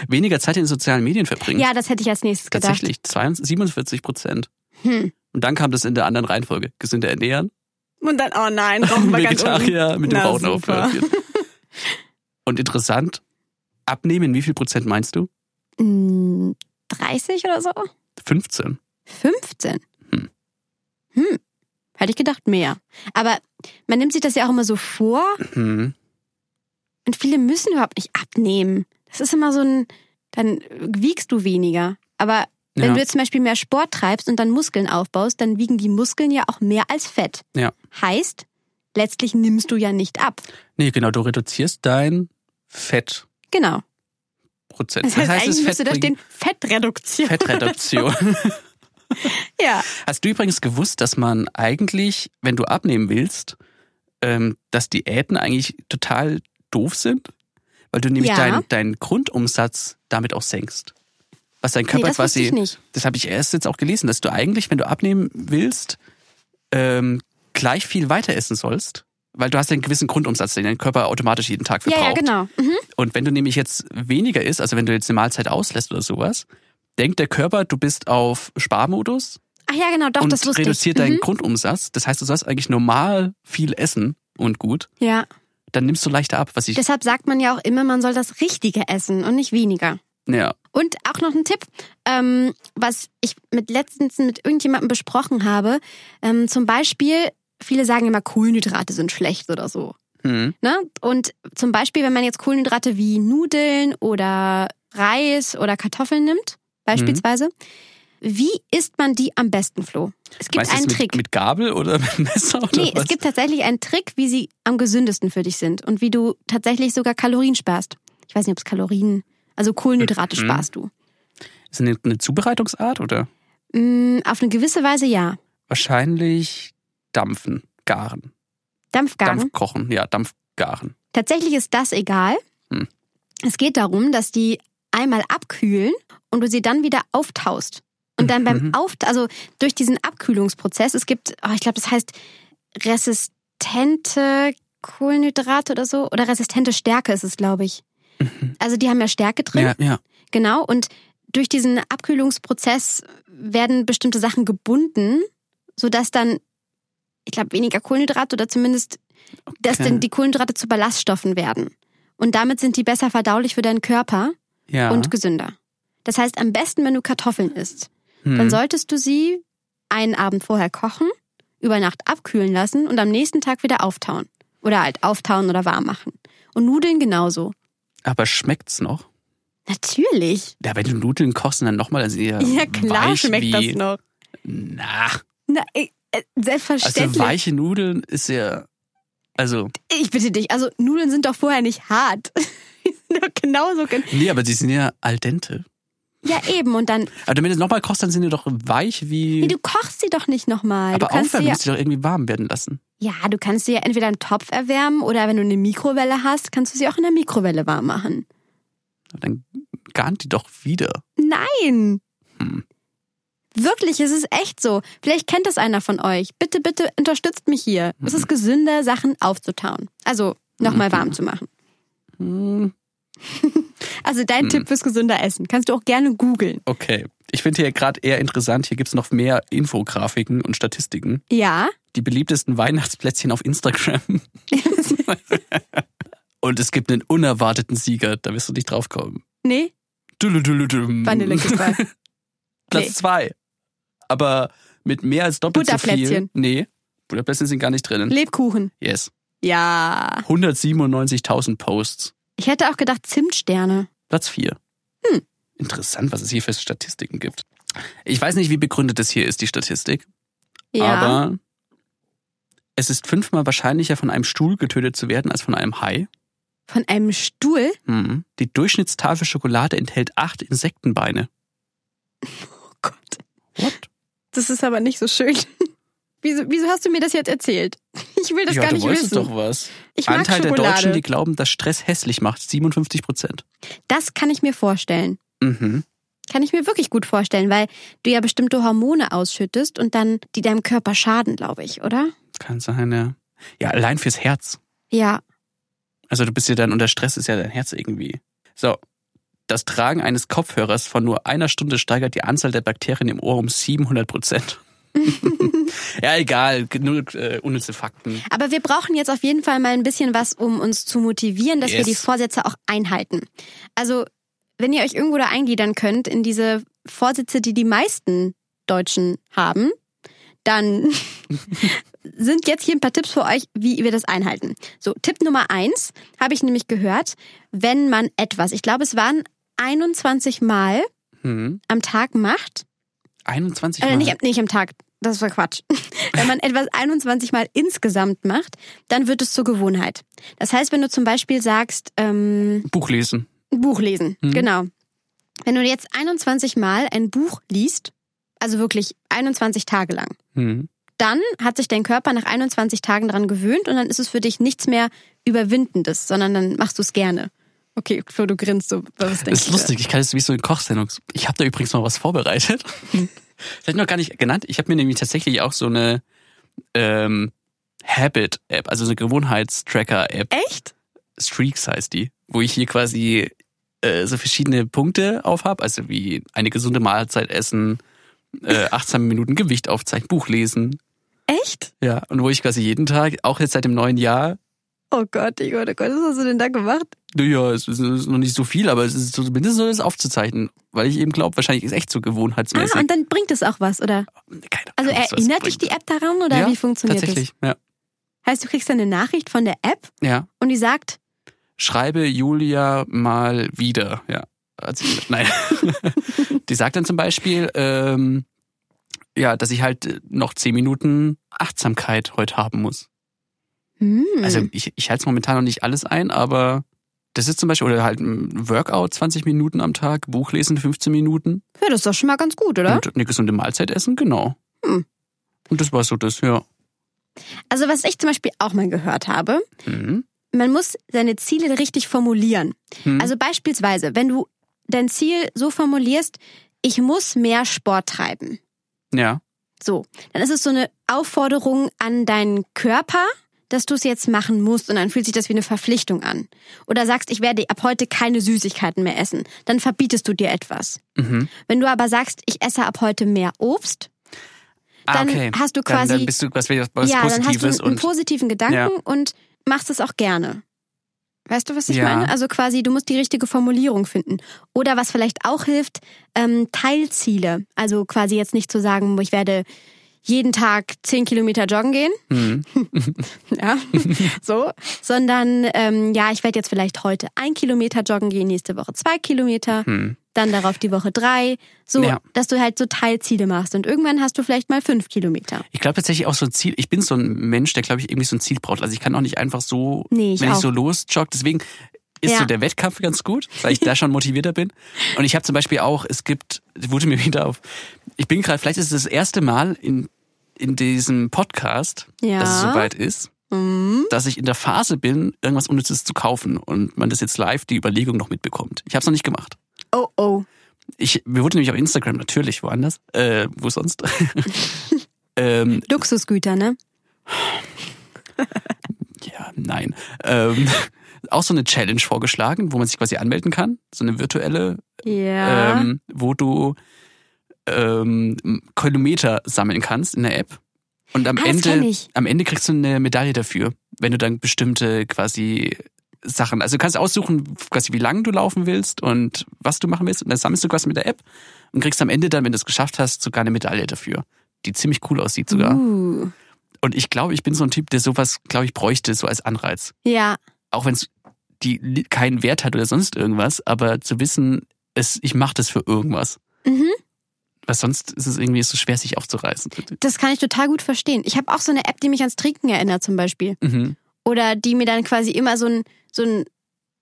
Weniger Zeit in sozialen Medien verbringen.
Ja, das hätte ich als nächstes gedacht.
Tatsächlich. 42, 47 Prozent.
Hm.
Und dann kam das in der anderen Reihenfolge. Gesünder ernähren.
Und dann, oh nein, rauchen wir ganz unten.
Vegetarier mit dem
Na,
Rauchen
super.
aufhören. Und interessant, abnehmen, wie viel Prozent meinst du?
Hm, 30 oder so?
15.
15?
Hm.
Hm. Hätte ich gedacht mehr. Aber man nimmt sich das ja auch immer so vor
Hm.
und viele müssen überhaupt nicht abnehmen. Das ist immer so ein, dann wiegst du weniger. Aber wenn
Ja.
du jetzt zum Beispiel mehr Sport treibst und dann Muskeln aufbaust, dann wiegen die Muskeln ja auch mehr als Fett.
Ja.
Heißt, letztlich nimmst du ja nicht ab.
Nee, genau, du reduzierst dein Fettprozent.
Genau. Das heißt, eigentlich
es
müsste da
bringt-
stehen Fettreduktion.
Fettreduktion.
Ja.
Hast du übrigens gewusst, dass man eigentlich, wenn du abnehmen willst, ähm, dass Diäten eigentlich total doof sind? Weil du nämlich
Ja.
deinen deinen Grundumsatz damit auch senkst. Was dein Körper
nee, das wusste
quasi.
ich nicht.
das habe ich erst jetzt auch gelesen, dass du eigentlich, wenn du abnehmen willst, ähm, gleich viel weiter essen sollst, weil du hast ja einen gewissen Grundumsatz, den dein Körper automatisch jeden Tag verbraucht.
Ja, ja, genau. Mhm.
Und wenn du nämlich jetzt weniger isst, also wenn du jetzt eine Mahlzeit auslässt oder sowas, denkt der Körper, du bist auf Sparmodus
Ach ja, genau, doch,
und
das wusste
reduziert
ich.
deinen
Mhm.
Grundumsatz. Das heißt, du sollst eigentlich normal viel essen und gut.
Ja.
Dann nimmst du leichter ab, was ich.
Deshalb sagt man ja auch immer, man soll das Richtige essen und nicht weniger.
ja.
Und auch noch ein Tipp, ähm, was ich mit letztens mit irgendjemandem besprochen habe. Ähm, zum Beispiel, viele sagen immer, Kohlenhydrate sind schlecht oder so.
Hm.
Ne? Und zum Beispiel, wenn man jetzt Kohlenhydrate wie Nudeln oder Reis oder Kartoffeln nimmt,
Mhm.
beispielsweise, wie isst man die am besten, Flo? Es gibt
Meinst du
einen
das
Trick.
Mit, mit Gabel oder mit Messer oder
Nee,
was?
es gibt tatsächlich einen Trick, wie sie am gesündesten für dich sind und wie du tatsächlich sogar Kalorien sparst. Ich weiß nicht, ob es Kalorien, also Kohlenhydrate
Mhm.
sparst du.
Ist eine, eine Zubereitungsart oder?
Mm, auf eine gewisse Weise ja.
Wahrscheinlich Dampfen, Garen.
Dampfgaren.
Dampfkochen, ja, Dampfgaren.
Tatsächlich ist das egal.
Hm.
Es geht darum, dass die einmal abkühlen und du sie dann wieder auftaust. Und dann
Mhm.
beim Auf, also durch diesen Abkühlungsprozess, es gibt, oh, ich glaube, das heißt resistente Kohlenhydrate oder so, oder resistente Stärke ist es, glaube ich. Also die haben ja Stärke drin.
Mhm. Ja, ja.
Genau. Und durch diesen Abkühlungsprozess werden bestimmte Sachen gebunden, sodass dann, ich glaube, weniger Kohlenhydrate oder zumindest, dass
Okay.
dann die Kohlenhydrate zu Ballaststoffen werden. Und damit sind die besser verdaulich für deinen Körper
ja.
und gesünder. Das heißt, am besten, wenn du Kartoffeln isst,
Hm.
dann solltest du sie einen Abend vorher kochen, über Nacht abkühlen lassen und am nächsten Tag wieder auftauen. Oder halt auftauen oder warm machen. Und Nudeln genauso.
Aber schmeckt's noch?
Natürlich.
Ja, wenn du Nudeln kochst und dann nochmal, dann sind die ja,
Ja, klar
weich
schmeckt
wie,
das noch.
Na,
Na, äh, äh,
also
selbstverständlich.
weiche Nudeln ist ja, also,
ich bitte dich, also Nudeln sind doch vorher nicht hart. Die sind doch genauso. gen-
nee, aber die sind ja al dente.
Ja, eben. Und dann,
Aber damit es nochmal kochst, dann sind die doch weich wie,
nee, du kochst sie doch nicht nochmal.
aber
du kannst sie
aufwärmen
ja,
musst du doch irgendwie warm werden lassen.
ja, du kannst sie ja entweder im Topf erwärmen oder wenn du eine Mikrowelle hast, kannst du sie auch in der Mikrowelle warm machen.
Aber Dann garen die doch wieder.
Nein!
Hm.
Wirklich, es ist echt so. Vielleicht kennt das einer von euch. Bitte, bitte unterstützt mich hier. Es
Mhm.
ist gesünder, Sachen aufzutauen. Also nochmal warm zu machen.
Hm,
Also dein
Mhm.
Tipp fürs gesünder Essen. Kannst du auch gerne googeln.
okay. Ich finde hier gerade eher interessant, hier gibt's noch mehr Infografiken und Statistiken.
Ja?
Die beliebtesten Weihnachtsplätzchen auf Instagram. und es gibt einen unerwarteten Sieger, da wirst du nicht drauf kommen.
nee?
Dülledülledüm.
Vanillekipferl.
Platz
Nee.
zwei. Aber mit mehr als doppelt so viel.
Butterplätzchen.
Nee, Butterplätzchen sind gar nicht drinnen.
Lebkuchen.
Yes.
Ja.
197.000 Posts.
Ich hätte auch gedacht Zimtsterne.
Platz vier.
Hm.
Interessant, was es hier für Statistiken gibt. Ich weiß nicht, wie begründet das hier ist, die Statistik.
Ja.
Aber es ist fünfmal wahrscheinlicher, von einem Stuhl getötet zu werden, als von einem Hai.
Von einem Stuhl?
Mhm. Die Durchschnittstafel Schokolade enthält acht Insektenbeine.
Oh Gott.
What?
Das ist aber nicht so schön. Wieso, wieso hast du mir das jetzt erzählt? Ich will das
ja,
gar
du
nicht
wolltest
wissen.
doch was.
Ich mag
Anteil der
Schokolade.
Deutschen, die glauben, dass Stress hässlich macht, 57 Prozent.
Das kann ich mir vorstellen.
Mhm.
Kann ich mir wirklich gut vorstellen, weil du ja bestimmte Hormone ausschüttest und dann die deinem Körper schaden, glaube ich, oder?
Kann sein, ja. Ja, allein fürs Herz.
Ja.
Also du bist ja dann unter Stress, ist ja dein Herz irgendwie. So. Das Tragen eines Kopfhörers von nur einer Stunde steigert die Anzahl der Bakterien im Ohr um 700 Prozent. ja, egal. Genug äh, unnütze Fakten.
Aber wir brauchen jetzt auf jeden Fall mal ein bisschen was, um uns zu motivieren, dass wir
Yes.
die Vorsätze auch einhalten. Also, wenn ihr euch irgendwo da eingliedern könnt in diese Vorsätze, die die meisten Deutschen haben, dann sind jetzt hier ein paar Tipps für euch, wie wir das einhalten. So, Tipp Nummer eins habe ich nämlich gehört, wenn man etwas, ich glaube, es waren 21 Mal
Hm.
am Tag macht,
21
Äh,
Mal.
nicht, am- nicht am Tag. Das war Quatsch. wenn man etwas 21 Mal insgesamt macht, dann wird es zur Gewohnheit. Das heißt, wenn du zum Beispiel sagst, ähm,
Buch lesen.
ein Buch lesen,
Mhm.
genau. Wenn du jetzt 21 Mal ein Buch liest, also wirklich 21 Tage lang,
Hm.
dann hat sich dein Körper nach 21 Tagen daran gewöhnt und dann ist es für dich nichts mehr Überwindendes, sondern dann machst du es gerne. Okay, Flo, du grinst so. Was
Das
denkst
ist
du?
lustig, ich kann es wie so in Kochsendung. Ich habe da übrigens mal was vorbereitet. Das hätte ich noch gar nicht genannt. Ich habe mir nämlich tatsächlich auch so eine ähm, Habit-App, also so eine Gewohnheitstracker-App,
Echt?
Streaks heißt die, wo ich hier quasi äh, so verschiedene Punkte aufhab, also wie eine gesunde Mahlzeit essen, äh, 18 Minuten Gewicht aufzeichnen, Buch lesen.
Echt?
Ja, und wo ich quasi jeden Tag, auch jetzt seit dem neuen Jahr,
Oh Gott, oh Gott, oh Gott, was hast du denn da gemacht?
naja, es ist, es ist noch nicht so viel, aber es ist zumindest so, das aufzuzeichnen, weil ich eben glaube, wahrscheinlich ist es echt so gewohnheitsmäßig.
Ah, und dann bringt es auch was, oder?
Keine
Also
Ahnung, was
erinnert
bringt.
dich die App daran oder
Ja,
wie funktioniert
Tatsächlich, ja.
das? Heißt, du kriegst dann eine Nachricht von der App
ja.
und die sagt,
Schreibe Julia mal wieder, ja. Also, nein. die sagt dann zum Beispiel, ähm, ja, dass ich halt noch zehn Minuten Achtsamkeit heute haben muss.
hm,
Also ich, ich halte es momentan noch nicht alles ein, aber das ist zum Beispiel, oder halt ein Workout 20 Minuten am Tag, Buchlesen 15 Minuten
ja, das ist doch schon mal ganz gut, oder?
und eine gesunde Mahlzeit essen, genau.
Hm.
Und das war so das, ja.
Also was ich zum Beispiel auch mal gehört habe,
Mhm.
man muss seine Ziele richtig formulieren.
Hm.
Also beispielsweise, wenn du dein Ziel so formulierst, ich muss mehr Sport treiben.
Ja.
So, dann ist es so eine Aufforderung an deinen Körper, dass du es jetzt machen musst und dann fühlt sich das wie eine Verpflichtung an. Oder sagst, ich werde ab heute keine Süßigkeiten mehr essen, dann verbietest du dir etwas.
Mhm.
Wenn du aber sagst, ich esse ab heute mehr Obst,
Ah,
Dann
okay.
hast du
Dann, dann
quasi-
bist du was, was, was
ja, dann hast du
Positives
einen, einen
und.
positiven Gedanken
Ja.
und machst es auch gerne. Weißt du, was ich
Ja.
meine? Also quasi, du musst die richtige Formulierung finden. Oder was vielleicht auch hilft, ähm, Teilziele. Also quasi jetzt nicht zu sagen, ich werde jeden Tag zehn Kilometer joggen gehen,
Mhm.
ja, so, sondern ähm, ja, ich werde jetzt vielleicht heute ein Kilometer joggen gehen, nächste Woche zwei Kilometer,
Hm.
dann darauf die Woche drei, so,
Ja.
dass du halt so Teilziele machst und irgendwann hast du vielleicht mal fünf Kilometer.
Ich glaube tatsächlich auch so ein Ziel. Ich bin so ein Mensch, der glaube ich irgendwie so ein Ziel braucht. Also ich kann auch nicht einfach so,
Nee, ich
wenn ich
auch.
so losjogge. Deswegen ist
Ja.
so der Wettkampf ganz gut, weil ich da schon motivierter bin. Und ich habe zum Beispiel auch, es gibt, wurde mir wieder auf, ich bin gerade, vielleicht ist es das erste Mal in, in diesem Podcast,
Ja.
dass es soweit ist,
Mhm.
dass ich in der Phase bin, irgendwas Unnützes zu kaufen und man das jetzt live die Überlegung noch mitbekommt. Ich habe es noch nicht gemacht.
Oh oh.
Ich, mir wurde nämlich auf Instagram natürlich woanders, äh, wo sonst, ähm,
Luxusgüter, ne?
Ja, nein. Ähm, auch so eine Challenge vorgeschlagen, wo man sich quasi anmelden kann. So eine virtuelle,
Ja.
ähm, wo du ähm, Kilometer sammeln kannst in der App. Und am
Ah, das kenn
Ende,
ich.
am Ende kriegst du eine Medaille dafür, wenn du dann bestimmte quasi Sachen, also du kannst aussuchen, quasi wie lange du laufen willst und was du machen willst. Und dann sammelst du quasi mit der App und kriegst am Ende dann, wenn du es geschafft hast, sogar eine Medaille dafür, die ziemlich cool aussieht sogar.
Uh.
Und ich glaube, ich bin so ein Typ, der sowas, glaube ich, bräuchte, so als Anreiz
Ja,
auch wenn es die li- keinen Wert hat oder sonst irgendwas, aber zu wissen, es, ich mache das für irgendwas.
Mhm.
Weil sonst ist es irgendwie so schwer, sich aufzureißen.
das kann ich total gut verstehen. Ich habe auch so eine App, die mich ans Trinken erinnert zum Beispiel.
Mhm.
Oder die mir dann quasi immer so ein, so ein,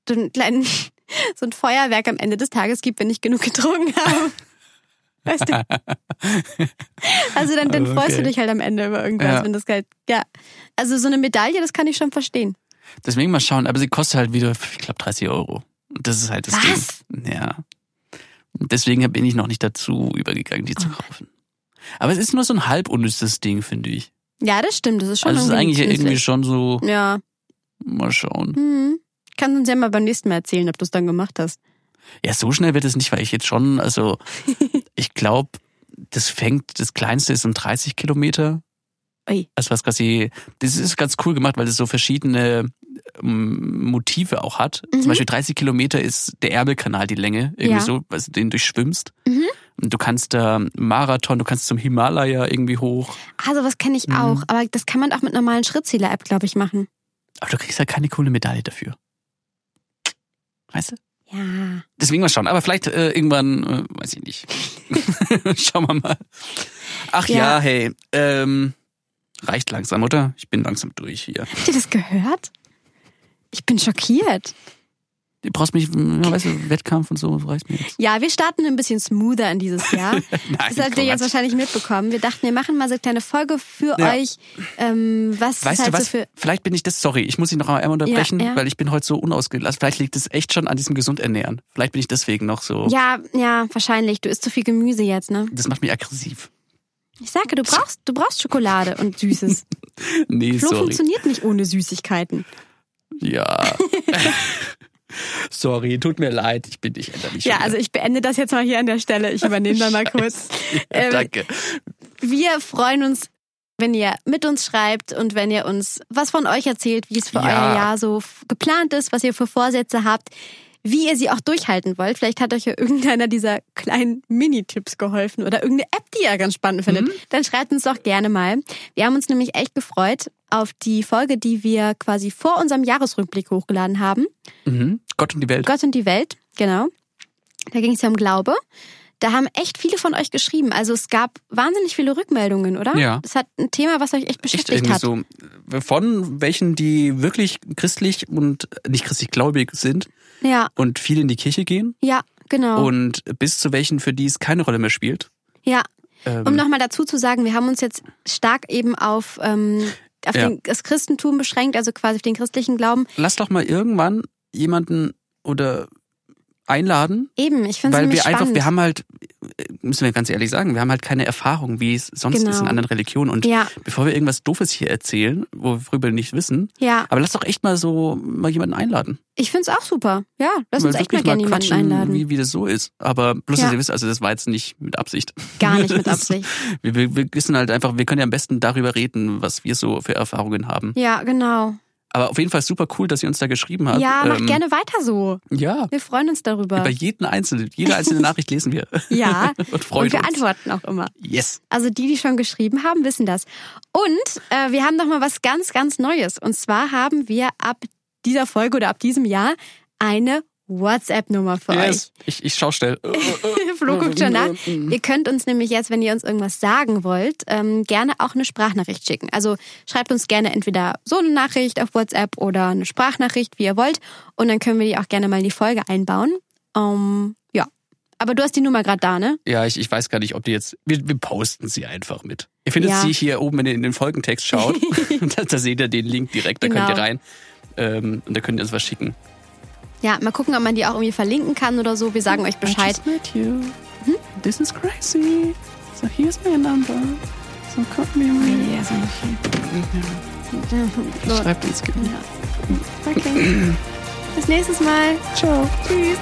so ein kleinen, so ein Feuerwerk am Ende des Tages gibt, wenn ich genug getrunken habe. Weißt du? Also dann, dann
Okay.
freust du dich halt am Ende über irgendwas,
Ja.
wenn das halt, ja. Also so eine Medaille, das kann ich schon verstehen.
Deswegen mal schauen, aber sie kostet halt wieder, ich glaube, 30 Euro. Und das ist halt das
Was?
Ding. Ja. Und Deswegen bin ich noch nicht dazu übergegangen, die zu kaufen. Aber es ist nur so ein halb unnützes Ding, finde ich.
Ja, das stimmt, das ist schon
Also es ist
irgendwie
eigentlich irgendwie
nützlich.
schon so,
Ja,
mal schauen.
hm. Kannst uns ja mal beim nächsten Mal erzählen, ob du es dann gemacht hast.
Ja, so schnell wird es nicht, weil ich jetzt schon, also ich glaube, das fängt, das kleinste ist um 30 Kilometer.
Ui.
Also was quasi, das ist ganz cool gemacht, weil es so verschiedene ähm, Motive auch hat.
Mhm.
Zum Beispiel 30 Kilometer ist der Ärmelkanal die Länge, irgendwie
Ja.
so, weil du den durchschwimmst.
Mhm.
Und du kannst da Marathon, du kannst zum Himalaya irgendwie hoch.
Also was kenne ich
Mhm.
auch, aber das kann man auch mit normalen Schrittzähler-App, glaube ich, machen.
Aber du kriegst halt keine coole Medaille dafür. Weißt du?
Ja.
Deswegen mal schauen. Aber vielleicht äh, irgendwann, äh, weiß ich nicht. Schauen wir mal. Ach ja,
Ja.
hey. Ähm, reicht langsam, oder? Ich bin langsam durch hier.
Habt ihr das gehört? Ich bin schockiert.
Du brauchst mich, ja, weißt du, Wettkampf und so, reicht mir jetzt.
Ja, wir starten ein bisschen smoother in dieses Jahr.
Nein,
Das habt ihr
Quatsch.
jetzt wahrscheinlich mitbekommen. Wir dachten, wir machen mal so eine kleine Folge für
Ja.
euch. Ähm, was
Weißt
ist
du
halt
was?
so für.
Vielleicht bin ich das, sorry, ich muss dich noch einmal unterbrechen,
Ja, ja.
weil ich bin heute so unausgelassen. Vielleicht liegt es echt schon an diesem gesund ernähren. Vielleicht bin ich deswegen noch so.
Ja, ja, wahrscheinlich. Du isst zu viel Gemüse jetzt, ne?
Das macht mich aggressiv.
Ich sage, du brauchst, du brauchst Schokolade und Süßes.
Nee,
Flo
sorry.
funktioniert nicht ohne Süßigkeiten.
Ja. sorry, tut mir leid, ich bin nicht änderlich.
Ja, also ich beende das jetzt mal hier an der Stelle. Ich übernehme dann mal kurz. ähm,
Danke.
Wir freuen uns, wenn ihr mit uns schreibt und wenn ihr uns was von euch erzählt, wie es für
Ja.
euer Jahr so f- geplant ist, was ihr für Vorsätze habt, wie ihr sie auch durchhalten wollt. Vielleicht hat euch ja irgendeiner dieser kleinen Mini-Tipps geholfen oder irgendeine App, die ihr ganz spannend findet. Dann schreibt uns doch gerne mal. Wir haben uns nämlich echt gefreut auf die Folge, die wir quasi vor unserem Jahresrückblick hochgeladen haben.
Mhm. Gott und die Welt.
Gott und die Welt, genau. Da ging es ja um Glaube. Da haben echt viele von euch geschrieben. Also es gab wahnsinnig viele Rückmeldungen, oder?
Ja.
Es hat ein Thema, was euch echt
echt
beschäftigt
irgendwie
hat.
so von welchen, die wirklich christlich und nicht christlich gläubig sind
Ja,
und viel in die Kirche gehen
ja, genau.
und bis zu welchen, für die es keine Rolle mehr spielt.
ja.
Ähm,
Um nochmal dazu zu sagen, wir haben uns jetzt stark eben auf, ähm, auf
Ja.
den, das Christentum beschränkt, also quasi auf den christlichen Glauben.
lass doch mal irgendwann jemanden oder einladen,
Eben, ich finde es
weil
nämlich
wir
spannend.
einfach, wir haben halt, müssen wir ganz ehrlich sagen, wir haben halt keine Erfahrung, wie es sonst
Genau.
ist in anderen Religionen. Und
Ja.
bevor wir irgendwas Doofes hier erzählen, worüber wir nicht wissen,
ja,
aber lass doch echt mal so mal jemanden einladen.
ich finde es auch super. Ja, lass
Mal
uns echt mal
wirklich
gerne jemanden
quatschen,
einladen.
Wie, wie das so ist. Aber bloß, dass
Ja.
ihr wisst, also das war jetzt nicht mit Absicht.
Gar nicht mit
Das-
Absicht.
Wir, wir, wir wissen halt einfach, wir können ja am besten darüber reden, was wir so für Erfahrungen haben.
Ja, genau.
Aber auf jeden Fall super cool, dass ihr uns da geschrieben habt.
Ja, macht
Ähm,
gerne weiter so.
Ja.
Wir freuen uns darüber.
Über jeden einzelnen, jede einzelne Nachricht lesen wir.
Ja,
Und
und
freuen
wir
uns.
antworten auch immer.
Yes.
Also die, die schon geschrieben haben, wissen das. Und äh, wir haben noch mal was ganz, ganz Neues. Und zwar haben wir ab dieser Folge oder ab diesem Jahr eine WhatsApp-Nummer für
yes. Mhm. Ich, ich schau schnell.
euch. Flo guckt schon nach. Ihr könnt uns nämlich jetzt, wenn ihr uns irgendwas sagen wollt, ähm, gerne auch eine Sprachnachricht schicken. Also schreibt uns gerne entweder so eine Nachricht auf WhatsApp oder eine Sprachnachricht, wie ihr wollt. Und dann können wir die auch gerne mal in die Folge einbauen. Ähm, ja. Aber du hast die Nummer gerade da, ne?
Ja, ich, ich weiß gar nicht, ob die jetzt. Wir, wir posten sie einfach mit. Ihr findet
Ja.
sie hier oben, wenn ihr in den Folgentext schaut. da, da seht ihr den Link direkt, da
Genau.
könnt ihr rein. Ähm, und da könnt ihr uns was schicken.
Ja, mal gucken, ob man die auch irgendwie verlinken kann oder so. Wir sagen euch
I
Bescheid.
just met you. This is crazy. So here's my number. So compliment.
So.
Schreibt uns gerne.
Okay. Bis nächstes Mal.
Ciao.
Tschüss.